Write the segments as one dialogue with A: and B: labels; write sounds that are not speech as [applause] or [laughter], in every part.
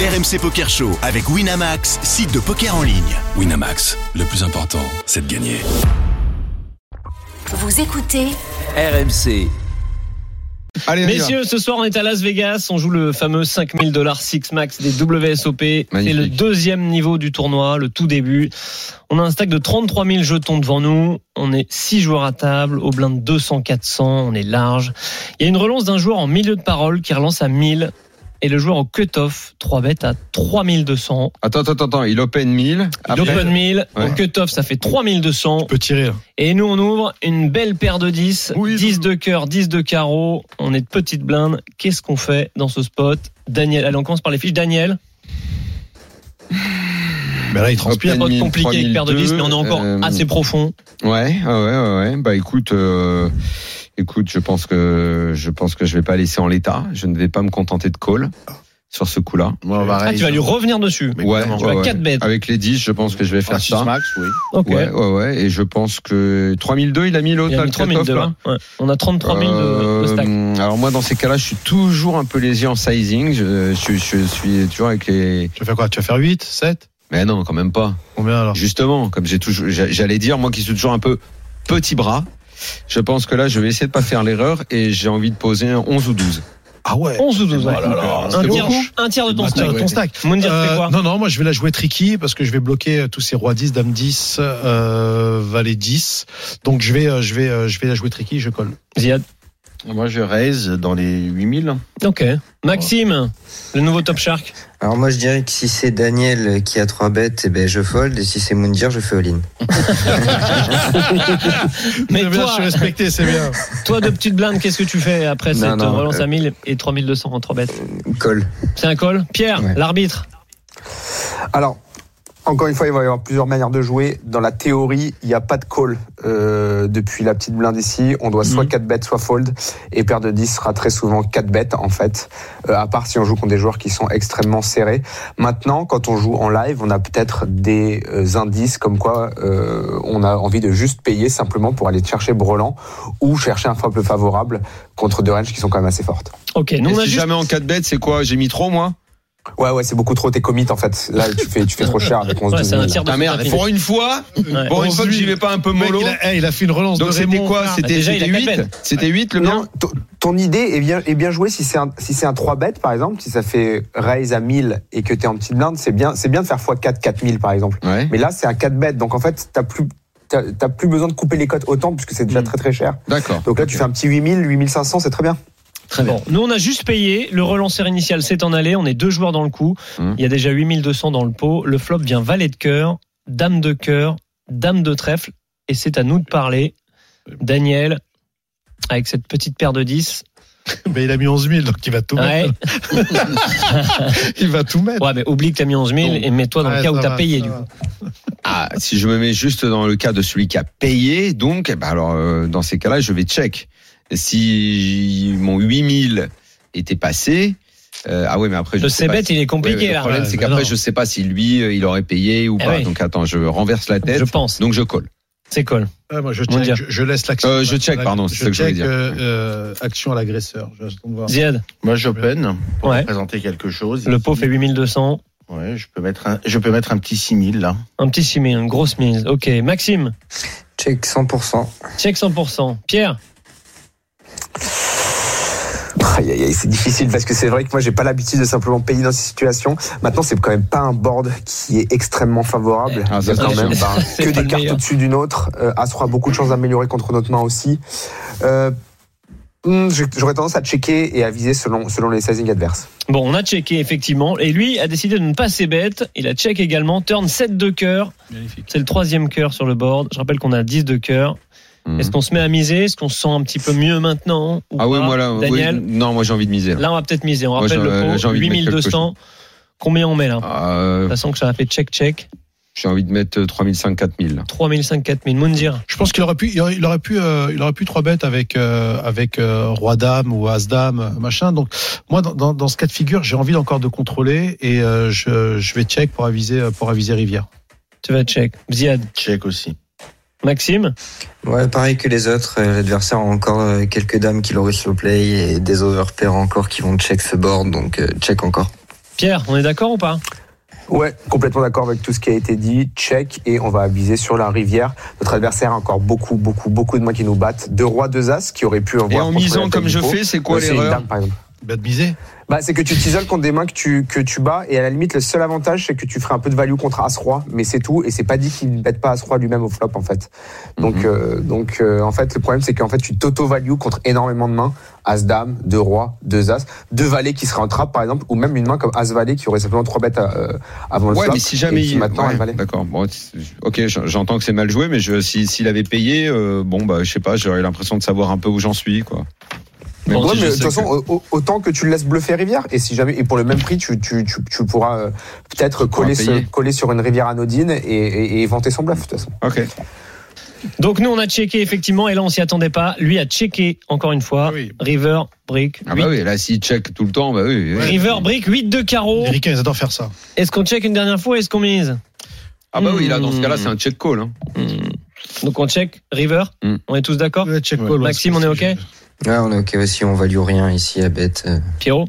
A: RMC Poker Show avec Winamax, site de poker en ligne.
B: Winamax, le plus important, c'est de gagner.
C: Vous écoutez
D: RMC.
E: Allez, on y va.
F: Messieurs, ce soir on est à Las Vegas, on joue le fameux 5000 dollars Six Max des WSOP. C'est
E: Magnifique.
F: le deuxième niveau du tournoi, le tout début. On a un stack de 33 000 jetons devant nous. On est 6 joueurs à table, au blind 200-400, on est large. Il y a une relance d'un joueur en milieu de parole qui relance à 1000 et le joueur au cut-off 3 bêtes à 3200.
E: Attends, attends, attends, il open 1000.
F: Il
E: Après,
F: open 1000, au
E: Ouais.
F: cut-off ça fait 3200.
G: peut tirer. là.
F: Et nous, on ouvre une belle paire de 10.
E: Oui,
F: 10 de cœur, 10 de carreau. On est de petite blinde. Qu'est-ce qu'on fait dans ce spot Daniel, allez, on commence par les fiches. Daniel,
G: Mais là, il transpire.
E: Open
F: spot
E: 1000,
F: compliqué avec paire de 10, mais on est encore
E: euh,
F: assez profond.
E: Ouais, ouais, ouais, ouais. Bah écoute, euh, écoute, je pense que je pense que je vais pas laisser en l'état. Je ne vais pas me contenter de call sur ce coup-là.
F: Ah, tu vas lui revenir dessus.
E: Ouais,
F: Tu vas 4 bêtes. Ah,
E: Avec les 10, je pense que je vais faire ça.
H: max, oui.
F: Ok.
E: Ouais, ouais, ouais. Et je pense que 3002, il a mis l'autre
F: Il y
E: là,
F: a
E: le
F: mis 3000
E: cut-off,
F: de
E: là.
F: là. hein. Ouais. On a 33 000 de, de stack.
E: Euh, alors moi dans ces cas-là, je suis toujours un peu léger en sizing. Je, je- je suis toujours avec les.
G: Tu vas faire quoi Tu vas faire 8, 7
E: Mais non, quand même pas.
G: Combien alors
E: Justement, comme j'ai toujours, j'a- j'allais dire moi qui suis toujours un peu petit bras, je pense que là je vais essayer de pas faire l'erreur et j'ai envie de poser un 11 ou Oh 12.
G: Ah ouais
F: 11 ou 12, ouais. un,
G: c'est
F: tiers,
G: beaucoup.
F: un tiers de ton
G: Ton
F: stack.
G: stack, ton stack.
F: Moundir, tu fais
G: Euh,
F: quoi
G: non, non, moi je vais la jouer tricky parce que je vais bloquer euh, tous ces rois 10, dame 10, euh, valet 10. Donc je vais, euh, je, vais, euh, je vais la jouer tricky, je colle.
F: Ziad.
H: Moi, je raise dans les 8000.
F: Ok. Maxime, le nouveau Top Shark.
I: Alors moi je dirais que si c'est Daniel qui a 3 bêtes, eh ben je fold et si c'est Moundir, je fais all-in.
F: Mais
G: C'est bien, je
F: toi,
G: suis respecté, c'est bien.
F: [laughs] toi de petite blinde, qu'est-ce que tu fais après
I: Non,
F: cette
I: non,
F: relance
I: euh,
F: à 1000 et 3200 en 3 bêtes
E: euh,
I: Call.
F: C'est un call Pierre,
J: Ouais.
F: l'arbitre.
J: Alors, encore une fois, il va y avoir plusieurs manières de jouer. Dans la théorie, il n'y a pas de call euh, depuis la petite blinde ici. On doit soit
F: Mhm.
J: 4 bêtes, soit fold. Et paire de 10 sera très souvent 4 bêtes, en fait. Euh, à part si on joue contre des joueurs qui sont extrêmement serrés. Maintenant, quand on joue en live, on a peut-être des euh, indices comme quoi euh, on a envie de juste payer simplement pour aller chercher Brelan ou chercher un faible favorable contre deux ranges qui sont quand même assez fortes.
F: Ok, nous
E: et
F: on a
E: si
F: juste-
E: jamais en 4 bêtes, c'est quoi J'ai mis trop moi
J: Ouais, ouais, c'est beaucoup trop tes commits, en fait. Là, tu fais, tu fais trop cher avec 11
F: Ouais, c'est un tiers de
E: Ah merde,
F: son tapis.
E: pour une fois,
F: Ouais.
E: pour une fois que
G: Aujourd'hui,
E: j'y vais pas un peu
G: Le mec,
E: mollo.
G: il, a, eh, il a fait une relance
E: Donc
G: de
E: c'était
G: Raymond. Ah,
E: quoi
G: frère.
E: C'était
F: Ah, déjà, il a
E: c'était
F: quatre
E: 8
F: bêtes.
E: C'était 8 le
J: Non,
E: mien
J: ton- ton idée est bien, est bien jouée si c'est un, si c'est un 3 bet par exemple, si ça fait raise à 1000 et que tu es en petite blinde, c'est bien, c'est bien de faire x4 4000 par exemple.
E: Ouais,
J: Mais là, c'est un 4 bet donc en fait, t'as plus t'as- t'as plus besoin de couper les cotes autant puisque c'est déjà
F: Mm.
J: très très cher.
E: d'accord.
J: Donc là, tu fais un petit 8000, 8500, c'est très bien.
F: Très bien. Bon, nous on a juste payé, le relanceur initial s'est en allé, on est deux joueurs dans le coup,
E: Hum.
F: il y a déjà 8200 dans le pot, le flop vient valet de cœur, dame de cœur, dame de trèfle, et c'est à nous de parler. Daniel, avec cette petite paire de 10.
G: Mais il a mis 11 000, donc il va tout
F: Ouais,
G: mettre. [laughs] Il va tout mettre.
F: ouais mais oublie que t'as mis 11 000 et mets-toi dans le
G: Ouais,
F: cas où
G: ça
F: t'as
G: va,
F: payé
G: ça
F: du
G: va.
F: coup.
E: Ah, si je me mets juste dans le cas de celui qui a payé, donc, eh ben alors, euh, dans ces cas-là, je vais check. Si mon 8000 était passé, euh, ah ouais, mais après, je
F: Le
E: sais pas
F: c-bet,
E: si-
F: il est compliqué
E: Ouais, ouais, Le
F: là. Ah,
E: problème, c'est
G: Ouais,
E: qu'après,
G: non.
E: je sais pas si lui, euh, il aurait payé ou
F: Eh
E: pas.
F: oui.
E: Donc, attends, je renverse la tête.
F: Je pense,
E: Donc, je colle.
F: c'est call.
G: Ouais, moi, je,
F: Comment
G: check,
F: dire
G: je, je laisse l'action.
E: Euh, je check, pardon, c'est
G: Je
E: ça que je voulais
G: check,
E: dire.
G: euh, euh, action à l'agresseur. J'attends de voir.
F: Ziad,
H: Moi, j'open pour
F: Ouais.
H: présenter quelque chose.
F: le pot fait 8200,
H: Ouais, je peux mettre un, je peux mettre un petit 6000 là.
F: un petit 6 000, une grosse mise. Ok, Maxime,
I: Check 100%.
F: check 100%. Pierre,
J: Aïe, aïe, aïe, c'est difficile parce que c'est vrai que moi j'ai pas l'habitude de simplement payer dans ces situations. Maintenant, c'est quand même pas un board qui est extrêmement favorable.
E: Ah,
J: Il
E: ça,
J: y a
E: c'est
J: quand
E: sûr.
J: même bah,
F: C'est
J: que
F: pas
J: des
F: le
J: cartes
F: meilleur.
J: au-dessus d'une autre. Euh, As roi, beaucoup de choses à améliorer contre notre main aussi. Euh, hmm, j'ai- J'aurais tendance à checker et à viser selon, selon les sizing adverses.
F: Bon, on a checké effectivement. Et lui a décidé de ne pas ses bêtes. Il a check également. Turn 7 de cœur. C'est le troisième cœur sur le board. Je rappelle qu'on a 10 de cœur.
E: Mhm.
F: Est-ce qu'on se met à miser Est-ce qu'on se sent un petit peu mieux maintenant ou
E: Ah ouais,
F: pas
E: moi là, oui,
F: Daniel,
E: non, moi j'ai envie de miser. Là.
F: là on va peut-être miser. On
E: Moi,
F: rappelle
E: j'ai-
F: le
E: euh, j'ai
F: pot.
E: envie de mettre
F: 8200. Combien on met là
E: Euh,
F: De toute façon que ça a fait check check.
E: j'ai envie de mettre euh, 3500, 4000.
F: 3500, 4000. Moundir.
G: Je pense qu'il aurait pu, il aurait, il aurait pu, euh, il aurait pu trois bêtes avec euh, avec euh, roi dame ou as dame machin. Donc moi dans, dans, dans ce cas de figure, j'ai envie encore de contrôler et euh, je, je vais check pour aviser euh, pour aviser Rivière.
F: Tu vas check. Ziad.
H: Check aussi.
F: Maxime.
I: Ouais, pareil que les autres, euh, l'adversaire a encore euh, quelques dames qui l'ont sur play et des overpairs encore qui vont check ce board, donc euh, check encore.
F: Pierre, on est d'accord ou pas
J: Ouais, complètement d'accord avec tout ce qui a été dit. Check et on va aviser sur la rivière. Notre adversaire a encore beaucoup, beaucoup, beaucoup de mains qui nous battent. Deux rois, deux as qui auraient pu avoir.
E: Et en
J: contre
E: misant
J: la
E: comme je
J: Tecnico.
E: fais, c'est quoi
J: Euh, c'est une
E: l'erreur
J: dame, par exemple.
G: Bah, de miser.
J: Bah, c'est que tu t'isoles contre des mains que tu, que tu bats et à la limite, le seul avantage, c'est que tu ferais un peu de value contre As-Roi, mais c'est tout. Et c'est pas dit qu'il ne bête pas As-Roi lui-même au flop, en fait. Donc,
E: Mhm.
J: euh, donc euh, en fait, le problème, c'est qu'en fait, tu t'auto-value contre énormément de mains. As-Dame, deux Rois, deux As, deux Valets qui seraient en trappe, par exemple, ou même une main comme As-Valet qui aurait simplement trois bêtes à, euh, avant le
E: Ouais,
J: flop.
E: mais si jamais
J: et qui
E: il.
J: maintenant
E: ouais,
J: est valet.
E: D'accord. Bon, c'est- ok, j- j'entends que c'est mal joué, mais je, si, s'il avait payé, euh, bon, bah, je sais pas, j'aurais l'impression de savoir un peu où j'en suis, quoi. Mais
J: Ouais,
E: bon, si
J: mais
E: je
J: de
E: sais
J: toute façon,
E: que-
J: au- au- autant que tu le laisses bluffer Rivière, et si jamais, et pour le même prix, tu, tu, tu, tu pourras euh, peut-être
E: pourras
J: coller, ce-
E: payer.
J: coller sur une rivière anodine et, et, et vanter son bluff de toute façon.
E: Ok.
F: Donc nous on a checké effectivement et là on s'y attendait pas. Lui a checké encore une fois.
G: Ah oui.
F: River, brick.
E: Ah bah oui, là, s'il check tout le temps, bah oui. oui.
F: River, brick, 8 de carreau.
G: Les Ricains, ils adorent faire ça.
F: Est-ce qu'on check une dernière fois Est-ce qu'on mise
E: Ah bah oui, là, dans ce cas-là, c'est un check call. Hein.
F: Donc on check River.
E: Hmm.
F: On est tous d'accord
G: Ouais, check
E: Ouais.
G: call, ouais,
F: Ah. Maxime,
G: c'est-
F: on est
G: c'est-
F: OK
I: Ouais, on est ok aussi, on value rien ici à bête. euh.
F: Pierrot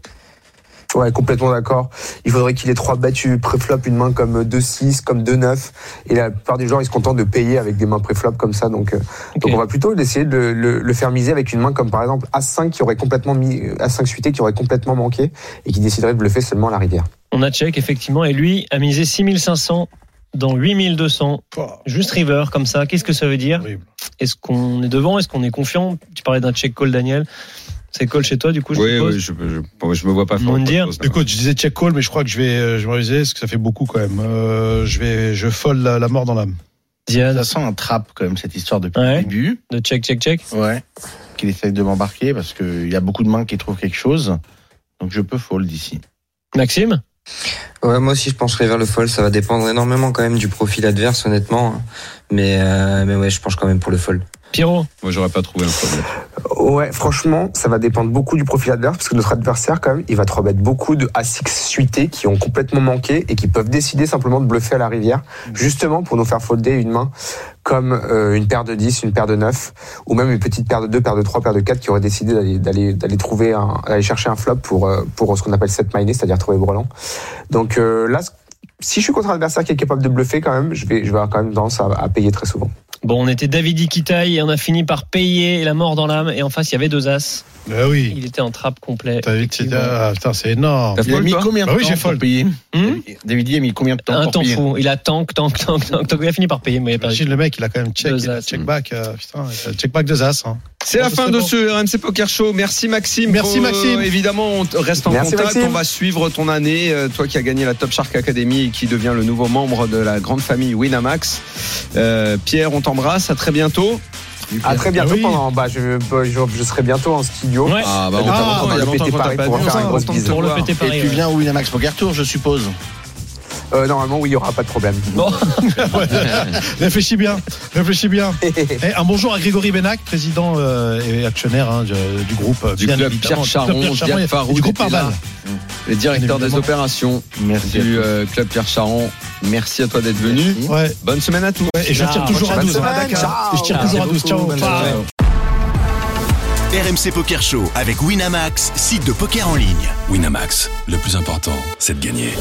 J: Ouais, complètement d'accord. Il faudrait qu'il ait trois battus préflop, une main comme 2-6, comme 2-9. Et la plupart des gens, ils se contentent de payer avec des mains préflop comme ça. Donc, euh,
F: Ok.
J: donc on va plutôt essayer de le, le- le faire miser avec une main comme par exemple A5 qui aurait complètement mis, A5 suité qui aurait complètement manqué et qui déciderait de bluffer seulement la rivière.
F: On a check effectivement et lui a misé 6500 dans 8200.
G: Pouah,
F: Juste River comme ça. Qu'est-ce que ça veut dire
G: horrible.
F: Est-ce qu'on est devant Est-ce qu'on est confiant Tu parlais d'un check call Daniel. C'est call chez toi du coup je
E: Oui,
F: suppose
E: oui, je, je, bon, je me vois pas faire.
F: Mon
E: autre
F: dire.
E: chose, là.
G: Écoute, je disais check call, mais je crois que je vais, euh, je vais me réviser, parce que ça fait beaucoup quand même. Euh, je vais, je folle la, la mort dans l'âme.
F: Diaz,
H: Ça sent un trap quand même cette histoire depuis
F: Ouais.
H: le début.
F: de check check check.
H: Ouais. Qu'il essaye de m'embarquer parce qu'il y a beaucoup de mains qui trouvent quelque chose. Donc je peux fold ici.
F: Maxime
I: Ouais, moi aussi je pencherai vers le fold, ça va dépendre énormément quand même du profil adverse honnêtement. hein. Mais, euh, mais ouais, je penche quand même pour le fold.
F: Pierrot
E: Moi, j'aurais pas trouvé un problème.
J: Ouais, franchement, ça va dépendre beaucoup du profil adverse parce que notre adversaire, quand même, il va te remettre beaucoup de A6 suités qui ont complètement manqué et qui peuvent décider simplement de bluffer à la rivière, justement pour nous faire folder une main comme euh, une paire de 10, une paire de 9, ou même une petite paire de 2, paire de 3, paire de 4 qui aurait décidé d'aller- d'aller d'aller trouver un, d'aller chercher un flop pour, euh, pour ce qu'on appelle set miné, c'est-à-dire trouver brelan. Donc euh, là, si je suis contre un adversaire qui est capable de bluffer quand même, je vais, je vais avoir quand même tendance à- à payer très souvent.
F: Bon, on était David Iquitaille et on a fini par payer et la mort dans l'âme. Et en face, il y avait deux as.
G: Ah oui.
F: Il était en trappe complet.
G: T'as vu que c'était- ah, putain, c'est énorme.
E: T'as
H: Il a
E: fold,
H: mis
E: toi
H: combien de
G: Ah oui,
H: temps
G: j'ai
H: pour
G: fold.
H: payer
F: Hum
H: David Lee a mis combien de temps
F: un
H: pour
F: temps
H: payer
F: fou. Il a tank, tank, tank, tank, tank. Il a fini par payer, mais il a perdu.
G: Imagine le mec, il a quand même check,
F: Deux
G: il a
F: as. hein.
G: check back, euh, putain, il a check back deux as. hein.
E: C'est la
G: Bon,
E: fin
G: c'est
E: de
G: bon.
E: ce RMC Poker Show. Merci Maxime. euh,
G: Merci, Maxime.
E: évidemment, on t- reste en
J: Merci,
E: contact.
J: Maxime.
E: On va suivre ton année. Euh, Toi qui as gagné la Top Shark Academy et qui devient le nouveau membre de la grande famille Winamax. Euh, Pierre, on t'embrasse. À très bientôt. Eh
J: À très bientôt
G: Ah oui.
J: pendant. Bah, je, bah, je, je serai bientôt en studio.
F: Ouais.
E: Ah, bah,
J: Et
E: on
J: notamment
E: t'attend.
J: pour
E: Il y a
J: le
E: longtemps
J: PT
E: qu'on t'a
J: Paris
E: pas
J: pour
E: vu.
J: faire un
E: On
J: gros
E: t'entend
J: bise.
E: te
F: Pour le
E: voir.
F: péter Paris.
H: Et tu
F: ouais.
H: viens au Winamax Poker Tour, je
G: [laughs]
H: suppose.
J: Euh, normalement, oui, il n'y aura pas de problème.
F: Bon,
G: Réfléchis bien, réfléchis bien.
H: [laughs]
G: Eh, un bonjour à Grégory Benac, président euh, et actionnaire hein, de- du groupe. euh,
E: Du
G: bien
E: club
G: évidemment.
E: Pierre
G: Du
E: Charon, Pierre
G: Charon et-
E: Farou,
G: et Du groupe
E: était
G: Arval.
E: là. [laughs] Le directeur des
G: Évidemment.
E: opérations
H: Merci.
E: du euh, club Pierre Charon. Merci à toi d'être venu.
H: Merci.
G: Ouais,
E: Bonne semaine à tous.
G: ouais, et je
F: Ah,
G: tire toujours à
J: bonne
G: 12.
J: semaine, ciao.
G: Et je tire toujours à 12. Ciao.
J: Bonne
G: Ciao.
J: semaine.
A: RMC Poker Show avec Winamax, site de poker en ligne.
B: Winamax, le plus important, c'est de gagner.